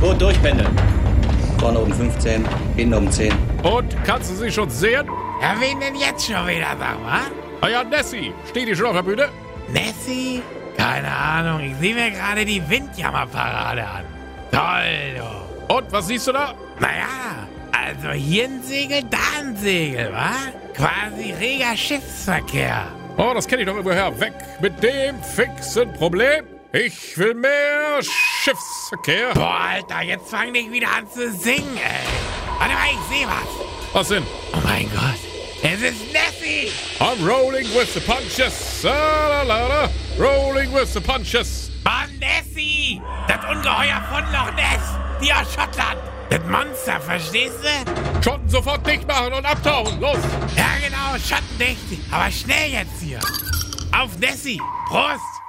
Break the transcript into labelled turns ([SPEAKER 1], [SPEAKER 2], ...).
[SPEAKER 1] und durch, Bendel. Vorne um 15, hinten um 10.
[SPEAKER 2] Und kannst du sie schon sehen?
[SPEAKER 3] Ja, wen denn jetzt schon wieder, sag mal?
[SPEAKER 2] Ah ja, Nessie, steht die schon auf der Bühne?
[SPEAKER 3] Nessie? Keine Ahnung, ich sehe mir gerade die Windjammerparade an. Toll, du.
[SPEAKER 2] Und was siehst du da?
[SPEAKER 3] Naja, also hier ein Segel, da ein Segel, wa? Quasi reger Schiffsverkehr.
[SPEAKER 2] Oh, das kenne ich doch irgendwoher. Weg mit dem fixen Problem. Ich will mehr Schiffsverkehr.
[SPEAKER 3] Boah, Alter, jetzt fang nicht wieder an zu singen, ey. Warte mal, ich sehe was.
[SPEAKER 2] Was denn?
[SPEAKER 3] Oh mein Gott, es ist Nessie.
[SPEAKER 2] I'm rolling with the punches. Ah, la, la, la. Rolling with the punches.
[SPEAKER 3] Mann, Nessie. Das Ungeheuer von Loch Ness. Die aus Schottland. Das Monster, verstehst du?
[SPEAKER 2] Schotten sofort dicht machen und abtauchen. Los.
[SPEAKER 3] Ja, genau, schattendicht. Aber schnell jetzt hier. Auf Nessie. Prost.